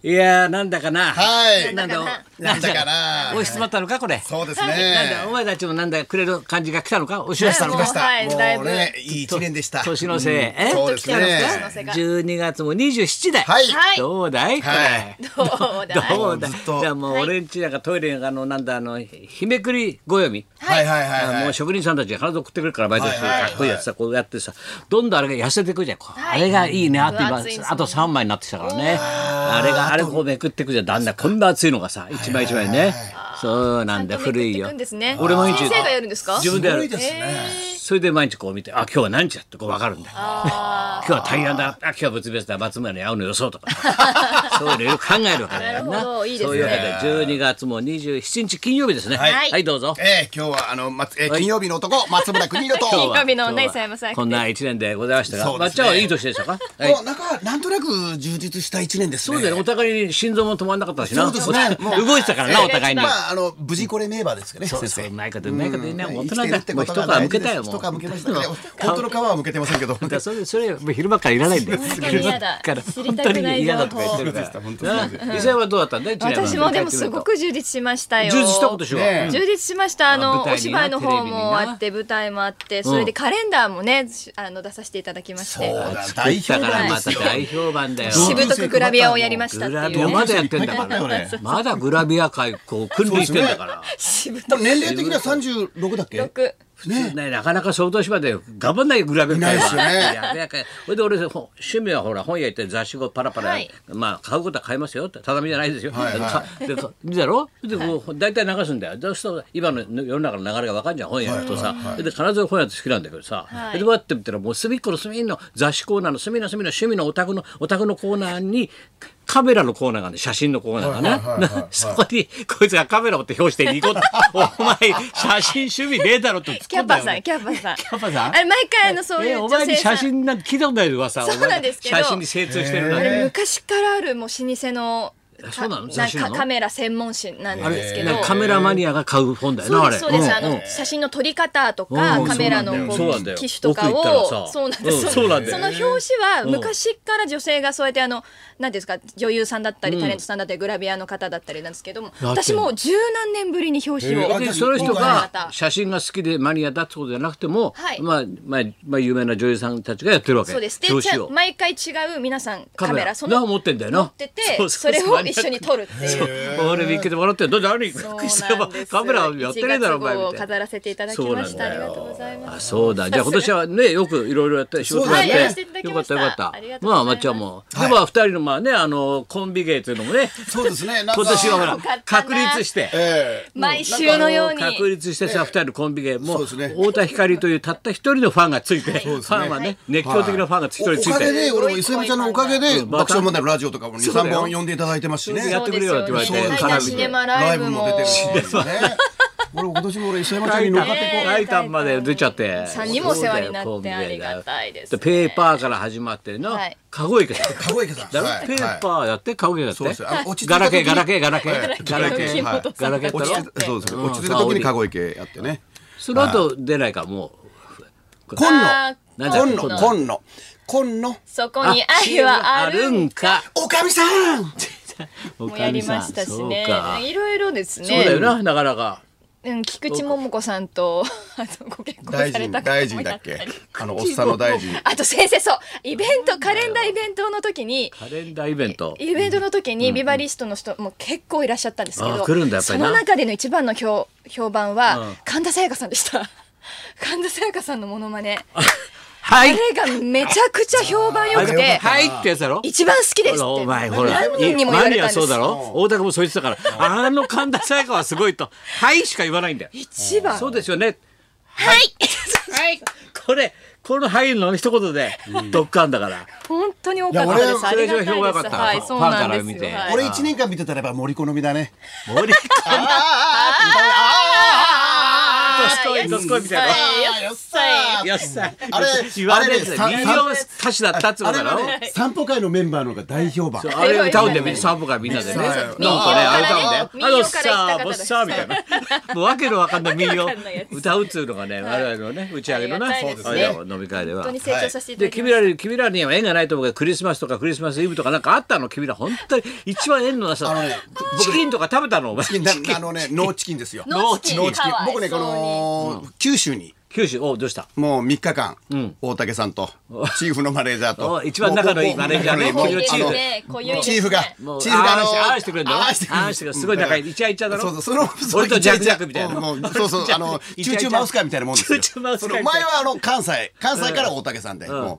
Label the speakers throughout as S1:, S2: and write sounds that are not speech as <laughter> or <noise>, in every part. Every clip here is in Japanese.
S1: いやーなんだかな。
S2: はい
S1: なんだお
S2: なんだかな
S1: 押し詰まったのかこれ。
S2: そうです
S1: なんだお
S2: ね。
S1: 前たちもなんだくれる感じが来たのか押し出した
S2: 来
S1: の
S2: ま
S1: か
S2: し。
S3: は
S2: た。
S3: い
S2: もう
S3: だいぶ
S2: ね、いい一年でした。
S1: 年のせい。え
S2: そうです
S3: 年の
S2: ね。
S3: せいが
S1: 12月も27だ。
S2: はい。
S3: はい
S1: どうだいこ
S2: はい
S1: れ。
S3: どうだい
S1: どうだい
S2: ずっと
S1: じゃあもう
S3: はい
S1: 俺んちなんかトイレがあのなんだあの日めくりご読み。
S2: はいはいはいは
S1: あ
S2: い。
S1: もう職人さんたちが必ず送ってくるから毎年
S2: はいはい
S1: かっこいいやつさこうやってさどんどんあれが痩せてくじゃん、こう
S3: はい
S1: あれがいいねあと
S3: 分厚いんです
S1: 今
S3: よ
S1: あと3枚になってきたからねあれがあれこうめくってくじゃんだんだんこんな厚いのがさ一枚一枚ねそうなんだよ
S3: ちゃ
S1: 古
S3: んとめくって
S1: いよ
S3: くんですね
S1: 俺毎日
S3: 先生がやるんですか
S1: 自分でや
S2: すご
S1: る
S2: いですね。
S1: それで毎日こう見てあ今日は何日だってこう分かるんだよ今日は対案だあ今日は物別だ松村に会うの予想と
S3: <laughs>
S1: かそういうの考えるわけだから
S3: なるほどいいですね
S1: そういうわけで12月も27日金曜日ですね
S2: はい
S1: はいどうぞ
S2: ええ、今日はあの松え金曜日の男松村邦洋と。
S1: 今日
S2: も
S1: は
S3: 金曜日のね磯山さん
S1: こんな一年でございましたが、
S2: そう
S1: ま
S2: で
S1: っち
S2: すね
S1: ゃんはいい年でしたか。はい。
S2: うなんかなんとなく充実した一年です
S1: そ
S2: ね。
S1: うだよね、お互いに心臓も止まんなかったしな。
S2: そうですね
S1: お
S2: も
S1: 互い動いてたからな、お互いに。
S2: まああの無事これ名馬ですかね。
S1: そう
S2: 先
S1: そう
S2: 生
S1: う。まいことうまいこと言いな、大人
S2: 生き
S1: だ
S2: てるって
S1: もう
S2: こ
S1: 一
S2: と
S1: 皮
S2: が
S1: 向
S2: 大事
S1: け
S2: で
S1: た
S2: す
S1: よ、もう。
S2: 一皮むけましたね。
S1: <laughs>
S2: 本当の皮は向けてませんけど。
S1: だからそれそれ昼間からいらないんだよ。
S3: 本当に嫌だ
S1: 昼間から
S3: 知
S1: 本当
S3: りたく
S1: に
S3: ない情
S1: 嫌
S3: 報
S1: だとか言ってるから。
S2: 本当にそうです
S1: な伊勢はどうだったんだい？一年
S3: 私もでもすごく充実しましたよ
S1: 充実したことしよう。
S2: ねえ
S3: 充実しましたあ
S1: あ
S3: の
S1: 舞
S3: お
S1: 台に
S3: 芝
S1: な
S3: 居の方
S1: テレビに
S3: も
S1: な
S3: あって舞台もあってそれでカレンダーもねしあの出させていただきまして
S2: そうだ
S1: 大評判だから
S3: 大
S1: また大評
S3: 評判
S1: 判だよ。
S2: そう
S3: しぶとくグラビアをやりましたっ
S1: グ
S3: て
S1: ラ
S3: い
S1: ビア
S3: うね
S1: まだやってんだか
S2: そうで
S1: ら
S2: すね。
S1: まだグラビア界こう君臨してんだから。
S3: しぶと
S2: でも年齢的には三十六だっけ？
S3: く
S1: ねなかなか相当しまで頑張んないよグラビア界はい
S2: ないですよね
S1: やべやかいほいで俺ほ趣味はほら本屋行って雑誌をパラパラ、
S3: はい
S1: まあ買うことは買いますよって畳じゃないですよ。
S2: はい
S1: <laughs>
S2: は
S1: でかでだろでこう大体流すんだよ。そうすると今の世の中の流れが分かんじゃん本屋行くとさ、で必ず本屋って好きなんだけどさ、
S3: はい
S1: でわって見たらもう隅っこの隅の雑誌コーナーの隅の隅の趣味のお宅のお宅のコーナーにカメラのコーナーがあるんだよ写真のコーナーがね。
S2: はいはいはいはいはい
S1: <laughs> そこにこいつがカメラ持って表して行こうってお前写真趣味ねえだろって突っ
S3: キ
S1: 込
S3: ャ
S1: ん
S3: ッ
S1: だ
S3: パ
S1: よ
S3: さ
S1: ね
S3: んキャッパさんキ
S1: ャッパさん
S3: あれ毎回あのそうい
S1: え
S3: う
S1: お
S3: 女
S1: 前
S3: 性
S1: に
S3: さ
S1: 写
S3: ん
S1: 真なんて聞いたことない噂
S3: そうなんですけど
S1: 写真に精通してるの
S3: あ
S1: ね
S3: れ昔からあるもう老舗のか
S1: そうなの雑誌なの
S3: かカメラ専門誌なん
S1: あ
S3: ですけ
S1: れ
S3: ど
S1: なんかカメラマニアが買う本だよな
S3: そう
S1: あ
S3: で
S1: れ
S3: すそうですあ
S1: うんう
S3: の
S1: ん
S3: 写真の撮り方とか
S1: うん
S3: カメラの
S1: うん
S3: こ
S1: そうなんだ
S3: う
S1: よ
S3: 機種とか
S1: 奥行ったら
S3: を
S1: さ
S3: そうなん
S1: うん
S3: です
S1: そうなんだよ
S3: その表紙は昔から女性がそうやってあの何ですか女優さんだったりタレントさんだったりグラビアの方だったりなんですけども
S1: んだ
S3: 私もう十何年ぶりに表紙
S2: へえ
S3: を
S1: でその人
S3: ま
S1: が
S3: た
S1: 写真が好きでマニアだってことじゃなくても、
S3: はい
S1: まあまあまあ有名な女優さんたちがやってるわけ
S3: そうですで
S1: 表
S3: じ
S1: 紙
S3: ゃあ
S1: を
S3: 毎回違う皆さん
S1: カ
S3: カ
S1: メラ
S3: メラそ
S1: な
S3: の
S1: 持ってんだよな
S3: 持って
S1: そ
S3: て
S1: うそ
S3: そう
S1: そう
S3: れを一緒に撮るっていう
S1: <laughs> 俺見っけてもらってるだってあれ
S3: そうな
S1: ク
S3: んで
S1: リス
S3: す
S1: マ <laughs> カメラやってねえだろお前
S3: 1月号
S1: みた
S3: を
S1: いな
S3: 飾らせていただきましたありがとうございます
S1: あそうだじゃあ今年はねよくいろいろやって仕事やっ
S2: そうだね
S1: て、
S3: はい
S1: よかったよかった
S3: ありがとうご
S1: まあ
S3: ざいます
S1: まっちゃんも、
S2: は
S1: で
S2: い
S1: も二人のまあねあのコンビ芸というのもね
S2: そうですね。今
S1: 今年はほ
S3: よ
S1: ら
S3: かったな
S1: 確立して。
S2: ええ。
S3: 毎週のように
S1: 確立してさ、二人のコンビ芸も、
S2: そうですね
S1: 太田光というたった一人のファンがついて、フ
S2: そうですね
S1: ァンはね、熱狂的なファンが一人つ
S2: お
S1: い
S2: かげ
S1: て、
S2: で俺も磯山ちゃんのおかげで
S1: ん
S2: 爆笑問題のラジオとかも
S1: そ
S2: 23
S1: うだよ
S2: 本呼んでいただいてますしね
S1: やってくれよって言われて
S2: そうです
S1: カナ
S2: よ
S1: ルで
S3: シネマライブも
S2: ラ出てるしね俺今年も俺磯山ちゃん
S1: ラ
S2: に
S1: イ
S2: 乗
S1: タ
S2: っかって
S1: ー
S2: こ
S1: ライターまで出ちゃって、
S3: さんにもお世話になってありがたいですね
S1: ペーパーから始まっての
S3: はい、
S1: 籠池さん。
S2: うかごいけさん
S1: だろ、
S2: はい
S1: ペー
S2: はい
S1: パーやって顔芸だって、
S2: そうですよあの落ち着い
S1: ガ
S2: た
S1: ラ
S2: 時
S1: ケ
S2: に
S1: ーガラケーガラケー
S2: はい
S1: ガラケー
S2: はい
S1: ガラケーだ
S2: 落
S1: ろ
S2: ち着いたそうですね
S1: うん
S2: 落ち着いた時にかごいけやってね
S1: その後出ないかもう
S2: 今
S3: あ
S1: なんだ
S2: 野今
S1: 今野
S2: 野今野今野
S3: そこに愛はあるんか
S2: おかみさん
S1: お
S3: もやりましたしね
S1: そうか
S3: いろいろですね
S1: そうだよななかなか
S3: うん、菊池桃子さんとあとご結婚
S2: 大
S3: され
S2: 臣
S3: た
S2: 大
S3: 方
S2: 臣
S3: も
S2: だ
S3: や
S2: った
S3: り
S2: けあのおっさんの大臣
S3: あと先生そうイベントカレンダーイベントの時に
S1: カレンダーイベント
S3: イベントの時にビバリストの人も結構いらっしゃったんですけ
S1: あー
S3: ど、
S1: 来るんだやっぱ
S3: そ
S1: りな
S3: の中での一番の評評判は、
S1: うん
S3: 神田沙也加さんでした <laughs> 神田沙也加さんのモノマネあ
S1: は
S3: れがめちゃくちゃ評判良く
S2: あれ
S3: て
S1: はいってやつだろ
S3: 一番好きですって
S1: お前ほら
S3: 何人にも言
S1: マ
S3: わ
S1: ニ
S3: れたん
S1: ア
S3: です
S1: そうだろ大田区もそう言ってたからあの神田沙也加はすごいと「はい」しか言わないんだよ
S3: 一番
S1: そうですよね
S3: はい
S1: はい <laughs> これこの「はい」の一言でドッカンだから
S3: 本当に多かった
S2: いや
S3: で
S2: 俺
S3: すありが
S1: それ
S3: たい
S1: 以上評判良かっ
S3: です
S1: た
S3: はいそうなんです
S1: ファンから見
S3: よ
S1: て
S3: はい
S2: 俺一年間見てたらやっぱ森好みだね
S1: 森川
S2: あああああああああ
S1: どすこいみたいな。
S2: あーよっさー
S1: よっさ
S2: あれ
S1: 言われるやつ
S2: あ
S1: だ
S2: れね
S1: 民謡歌手だったっつうこ
S2: あ
S1: とだ
S2: れ
S1: ろ
S2: はね散歩会のメンバーの方が代表番
S1: そうあれ歌うんだよサーブがみんなでね
S2: そう
S1: なんか
S2: 民謡
S1: ね
S2: からね
S1: あ歌うんだよ
S3: 民
S1: あの
S3: 謡から
S1: さ
S3: 行った方だ
S1: あぼっさーみたいなもう訳のわかんない民謡
S3: わけのわかんないやつ
S1: 歌うっつうのがね我々のね打ち上げのな
S3: ありがたいですね
S1: あれだよ飲み会では
S3: 本当に成長させていただ
S1: で
S3: き
S1: 君
S3: ました
S1: らに君らには縁がないと思うけどクリスマスとかクリスマスイブとかなんかあったの君ら本当に一番縁のなさ
S2: あのね
S1: チキンとか食べたのお前
S2: チキンなあのねノーチキンですよ
S3: ノーチキン
S2: ノーチキン
S3: かわいそう
S2: 僕
S3: に
S2: ねこの九州に
S1: 九州おうどうした
S2: もう3日間、大竹さんとチーフのマネージャー
S1: お
S2: と
S1: 一番仲のいい
S2: もう
S1: マネージャーね
S2: もう
S1: 君のチーフ
S2: あの
S3: ね濃ゆいですね
S2: チーフが
S1: もう
S2: チーフがあの
S1: ああしてくれんの
S2: ああしてくれ
S1: ああしてくれんすごい仲いい
S2: うん
S1: イチャイチャだろ
S2: そうそうそのそう
S1: 俺と
S2: イチャイ
S1: ジャクジャ
S2: チャ
S1: クみたいな
S2: もうもうそうそう
S1: <laughs>
S2: あの
S1: イ
S2: チ
S1: チャイ
S2: ュ
S1: チ
S2: ーチ
S1: ャ
S2: ューマウス会みたいなもんですよ
S1: チューチューマウス会
S2: その前はあの関西関西から大竹さんで、もう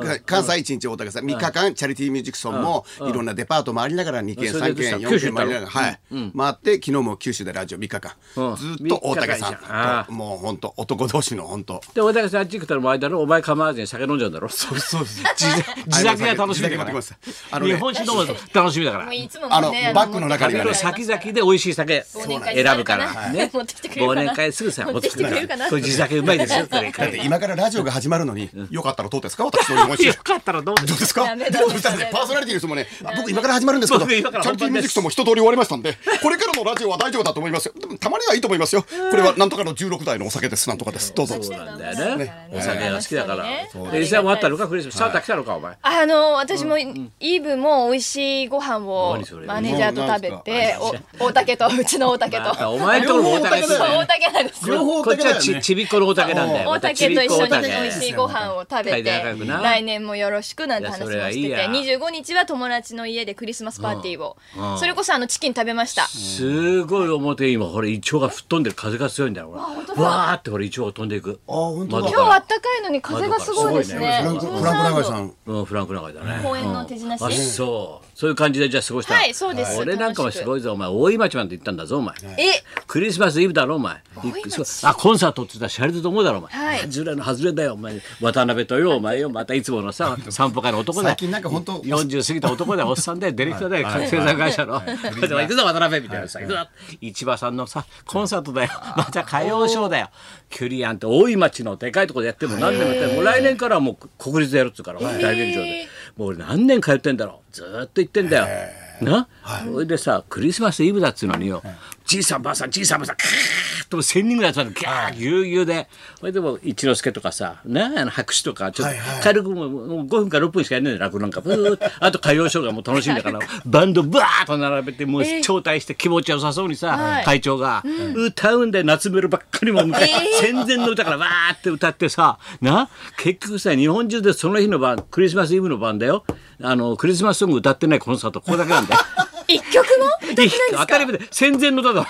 S2: が関西一日大竹さん3日間チャリティーミュージックソンもいろんなデパート回りながら2軒
S1: それ
S2: 3
S1: でどう
S2: 軒
S1: した
S2: 4軒回りなが
S1: 九州行ったの
S2: ら、はい回って昨日も九州でラジオ3日間、
S1: うん
S2: ずっと大竹さ
S1: 三日間じゃんあ
S2: んともう本当男同士の本当
S1: で、大竹さんあっち行くたらもう間のお前構わずに酒飲んじゃうんだろそうそう自
S2: <laughs>
S1: 自宅が楽しみだか
S2: 自宅
S1: ら
S2: が楽しみあのね
S1: 日本酒飲むの楽しみだから
S3: もういつも
S2: あの
S3: ね
S2: バッグの中に
S1: 旅
S2: は
S1: の
S2: ね
S1: 先々で美味しい酒選ぶから
S3: 忘年会
S1: ね
S3: 持ってきてくれ
S1: 忘
S3: るかな
S1: 年会すぐさ
S3: 持ってきてくれるかな
S1: これ地酒うまいですよこれ
S2: だって今からラジオが始まるのに、よかったらどうですか私の日本酒
S1: よかったらどう
S2: どうですか
S3: ダメ
S2: で
S3: だ
S2: もそしたら <laughs> ねパーソナリティの人もねあ僕今から始まるんですけど
S1: 僕
S2: チャリ
S1: 今か
S2: テ
S1: ら
S2: ィ
S1: 本
S2: ー
S1: 番
S2: ミュ
S1: で
S2: ージ
S1: す
S2: ックとも一通り終わりましたんでこれからのラジオは大丈夫だと思いますよでもたまにはいいと思いますよこれはなんとかの16代のお酒ですなんとかですどうぞ
S1: そうなんだよね
S3: ね
S1: お酒が好きだから
S3: ね
S1: で実際もあったのかクリスマスサンタ来たのかお前
S3: あの私もイブも美味しいご飯を
S1: 何それ
S3: マネージャーと食べてお大竹とうちの大竹
S1: また
S3: と
S1: お前んとこの大竹
S3: そう
S1: だよ
S3: 大竹なんですよ
S2: 両方
S1: こっちは
S2: 大竹だよ
S1: ち
S2: ね
S1: ちびっこの大竹なんだよ
S3: 大
S1: また
S3: 竹と一緒に美味しいご飯を食べ
S1: ちびっこ大
S3: て
S1: 竹な
S3: 来年もよろしくなんて話も
S1: いやそれはい
S3: し
S1: い
S3: てて
S1: や
S3: 25日は友達の家でクリスマスパーティーを
S1: うんうん
S3: それこそあのチキン食べました
S1: すごい表今ほれイチョウが吹っ飛んでる風が強いんだよほらわーってほれイチョウが飛んでいく
S2: あ本当だ
S1: 窓か
S3: 今
S1: ら
S3: 日はあったかいのに風がすごいですね
S1: すごいね
S3: 13
S2: フランク長井さ
S3: 度
S2: ん
S1: うん、フランク長いだね。
S3: 公園の手品師
S1: うんあ、そう。そういう感じでじゃあ過ごした。
S3: はいそうです
S1: 俺なんかもすごいぞ、お前。大井町まで行ったんだぞ、お前。
S3: え
S1: クリスマスイブだろ、お前。
S3: 井町
S1: そうあ、コンサートって言ったらシャレだと思うだろ、お前。
S3: はい
S1: 外れの外れだよ、お前。渡辺とよ、お前よ。またいつもの
S2: <laughs>
S1: さ、散歩会の男だよ
S2: 最。近なんか本当
S1: 40過ぎた男だよ、おっさんだよ、ディレクターだよ、生産会社の。でも行くぞ、渡辺みたいなさ、行くぞ。市場さんのさ、コンサートだよ。また歌謡ショーだよ。キュリアンって大井町のでかいとこでやっても何でもやっても、もう来年からはもう国立でやるっつうから、大劇場で。もう俺何年通ってんだろう。ずーっと行ってんだよ。な、それでさクリスマスイブだっつうのによ、じいさんばあさんじいさんばあさんカーッともう1,000人ぐらい集まってギャーぎゅうぎゅうでそれでも一之輔とかさねあの白紙とかちょっと軽くもうもう5分か6分しかやんないの落語なんかブーッとあと歌謡ショーがもう楽しみだからバンドバーッと並べてもう招待して気持ちよさそうにさ、
S3: はい
S1: 会長が、歌うんで夏メロばっかりもう昔、戦前の歌からわーって歌ってさな結局さ日本中でその日の晩クリスマスイブの晩だよあのクリスマスソング歌ってないコンサートここだけなんだよ。
S3: 一曲も
S1: <laughs>
S3: 歌ってないんです
S1: 当
S3: か
S1: たり前で戦前の歌だ <laughs> もん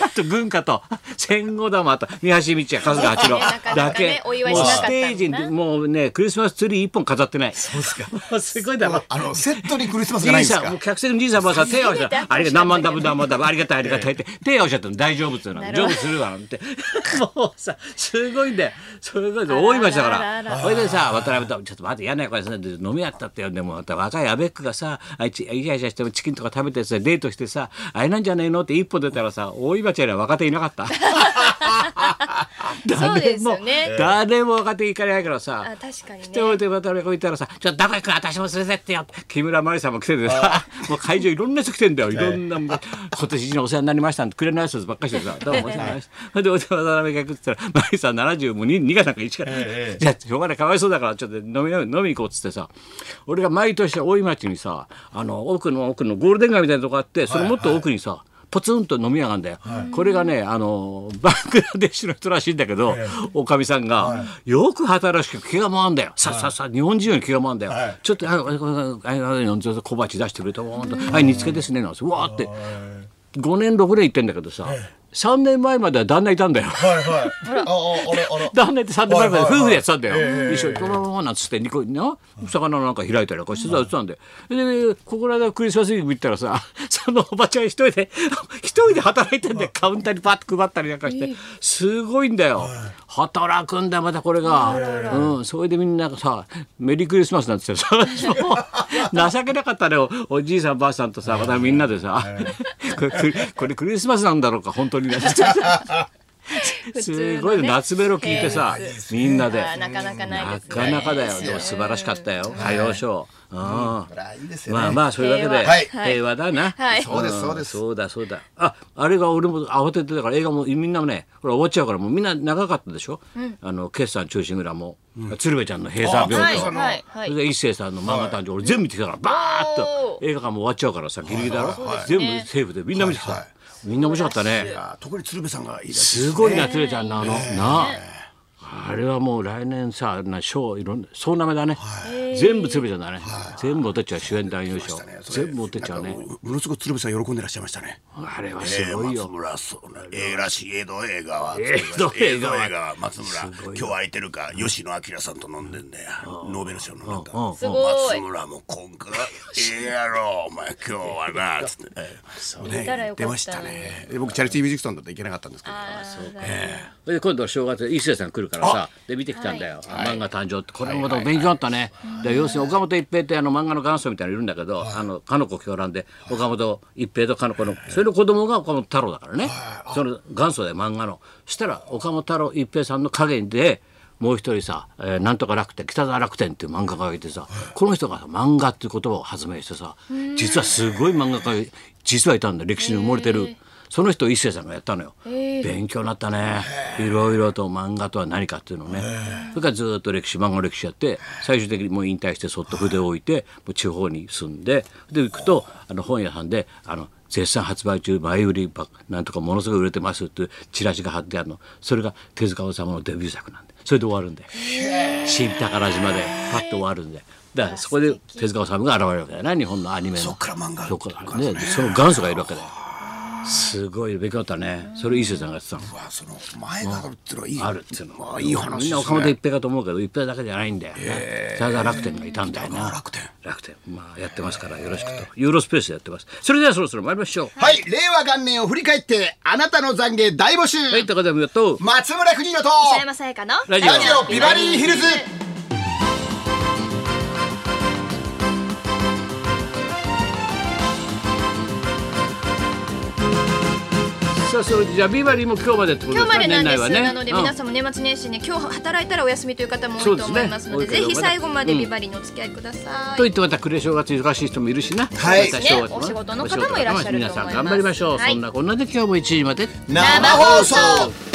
S1: あと軍歌と戦後だもんあと三橋道也春日八郎
S3: なかなかね
S1: だけ
S3: お祝いし
S1: も
S3: な
S1: う
S3: かったん
S1: ス
S3: だな
S1: テージにもうねクリスマスツリー一本飾ってないそうですか <laughs> すごいだろ
S2: あのセットにクリスマスじゃな
S1: じ
S2: い
S1: いさ
S2: んです
S1: ん、
S2: か
S1: もう客席のじいさんばあさん手を合わせ
S3: 初めて
S1: た
S3: 会っ。た
S1: ありがとう、何万ダブ何万ダブ、ありがたい、ありがたいって、手を合わせたの大丈夫っていうのは、
S3: な
S1: 成
S3: るほど
S1: 仏するわなんて。 <laughs> もうさ、すごいんだよ。すごいんだよ大井町だか
S3: あらあらあ
S1: ら。
S3: ら
S1: それでさ、渡辺と、ちょっと待って、嫌なやからさ、で飲みやったって呼んでも、また若いアベックがさ、あいつ、イチャイチャしてもチキンとか食べてさ、デートしてさ、あれなんじゃねえのって一歩出たらさ、大井町よりは若手いなか
S3: <laughs>
S1: った。
S3: そうですよね
S1: 誰も若手行かないからさ。
S3: あ確かにね
S1: 一人で渡辺君いたらさ、ちょっと高井君、私も連れてってよ。木村真理さんも来ててさ、 <laughs> もう会場いろんな人来てんだよ。いろんな、もう今年一年お世話になりましたってくれない人ばっかりしてさ、どうもお世話になりました。それで渡辺が行くって言ったら、真理さん70もう2かなんか1から、じゃあしょうがない、かわいそうだから、ちょっと飲み飲み飲みに行こうっつってさ、俺が毎年大井町にさ、あの、奥の奥のゴールデン街みたいなとこあって、そのもっと奥にさ、ポツンと飲み屋があんだよ、これがねあのバングラデシュの人らしいんだけど、おかみさんが、よく働くしく気が回んだよさっさっさ日本人より気が回んだよ、ちょっとああああああちょっと小鉢出してくれたわはい煮つけですねなんですうわーって5年6年行ってんだけどさ、3年前までは旦那いたんだよ。
S2: はいはいあああらあら
S1: 旦那って3年前まで
S2: はいはいはい
S1: 夫婦でやってたんだよ。一緒にトロロロなんつって、ニコな魚なんか開いたりなんかしてたやってたんで。で、ここら間クリスマスイブ行ったらさ、 <laughs> そのおばちゃん一人で、 <laughs> 一人で働いてんで、カウンターにパッと配ったりなんかして、すごいんだよ。働くんだよまたこれが。うん、それでみんなさ、メリークリスマスなんつってさ、もう <laughs> 情けなかったね、おおじいさんばあさんとさ、また <laughs>
S2: <laughs>
S1: みんなでさ、これこれクリスマスなんだろうか、本当になんつってさ
S3: 普通のね
S1: すごい夏メロ聞いてさ
S3: いやいいで、
S1: みんなで
S3: あ。ーなかなかない
S1: な
S3: ですね
S1: かなかだよ。
S2: いいですよ
S1: でも素晴らしかったよ。歌謡ショー。うん
S2: これはいいですよね。
S1: まあまあそういうわけで
S3: 平
S2: 和
S1: 平和だな。
S3: はい
S2: そうですそうです
S1: んそうだそうだ。ああれが俺も慌ててだから映画もみんなもね、ほら終わっちゃうからもうみんな長かったでしょ。あの決算中心蔵も鶴瓶ちゃんの閉鎖
S2: あ
S1: 病
S3: はい
S1: と。
S3: はいはい
S1: それで一生さんの漫画誕生、俺全部見てきたからバーッと
S3: おー
S1: 映画館も終わっちゃうからさギリギリだろ、
S2: はいはい
S1: 全部セーフでみんな見てきた、
S2: はいはい
S1: みんな面白かった
S2: い
S1: ね
S2: やー特に鶴瓶さんがいいらしいです
S1: ごいなつれちゃんのあの、なああれはもう来年さな賞いろんな総なめだね、全部つれちゃんだね、全部おてっちゃう主演男優賞、
S2: ねそれ
S1: 全部おてっちゃうね
S2: なんかものすごく鶴瓶さん喜んでらっしゃいましたね。
S1: あれは
S2: え
S1: す
S2: ー
S1: ごい
S2: 松
S1: よ、
S2: 村そうねええらしい江戸映画は
S1: 江戸映画は
S2: 江戸は松村今日空いてるか吉野明さんと飲んでんだよノーベル賞のなんか
S1: うんうん
S2: 松
S3: すごい
S2: 村もこんくらいええやろお前今日は <laughs> なつって
S3: 行ったらよか
S2: 出
S3: った
S2: ましたね僕チャリティーミュージックさんだったらいけなかったんですけど
S3: あー
S1: それで今度は正月で伊勢さん来るからさで見てきたんだよ、漫画誕生ってこれもまた勉強あったね、で要するに岡本一平ってあの漫画の元祖みたいなのいるんだけど、あのかの子狂乱で岡本一平とかの子の、それの子供が岡本太郎だからね、その元祖で漫画のそしたら岡本太郎一平さんの陰でもう一人さ、えーなんとか楽天北沢楽天っていう漫画家がいてさこの人がさ漫画っていう言葉を発明してさ実はすごい漫画家が実はいたんだ歴史に埋もれてる。その人を一生さんがやったのよ、勉強になったねいろいろと漫画とは何かっていうのをねそれからずっと歴史漫画の歴史やって最終的にもう引退してそっと筆を置いてもう地方に住んでで行くとあの本屋さんであの絶賛発売中前売りばっなんとかものすごい売れてますっていうチラシが貼ってあるのそれが手塚治虫のデビュー作なんでそれで終わるんで新宝島でパッと終わるんでだからそこで手塚治虫が現れるわけだよな日本のアニメの
S2: そっから漫画
S1: そっからねその元祖がいるわけだよすごい勉強だったね。それ伊勢さんがやってたの。
S2: うわその前があるっていうのはいい
S1: あるっていうの
S2: まあいい話
S1: みんな
S2: です
S1: 岡本
S2: ね
S1: 一平かと思うけど一平だけじゃないんだよね。ただ楽天がいたんだよな。
S2: 楽天
S1: 楽天まあやってますからよろしくと。ユーロスペースでやってます。それではそろそろ参りましょう。
S2: はい令和元年を振り返ってあなたの懺悔大募集
S1: はい高田美代と
S2: 松村邦洋と
S3: 磯山さやかの
S1: ラジ
S2: ラジオビバリーヒルズ
S1: さあそれじゃあビバリーも今日までってことで
S3: 今
S1: す
S3: 日ま
S1: か
S3: でなんで
S1: 年内
S3: す、
S1: はね。
S3: なので
S1: うん
S3: 皆さんも年末年始ね今日働いたらお休みという方も多いと思いますの
S1: そうで
S3: で
S1: すね
S3: ぜひ最後まで
S1: うん
S3: ビバリーにお付き合いください、
S1: と言ってまた暮れ正月忙しい人もいるしな。
S2: はい
S1: また正月
S3: ねお仕事の方もいらっしゃると思いま
S1: 皆
S3: す
S1: さん頑張りましょう。
S3: はい
S1: そんなこんなで今日も1時まで。
S2: 生放送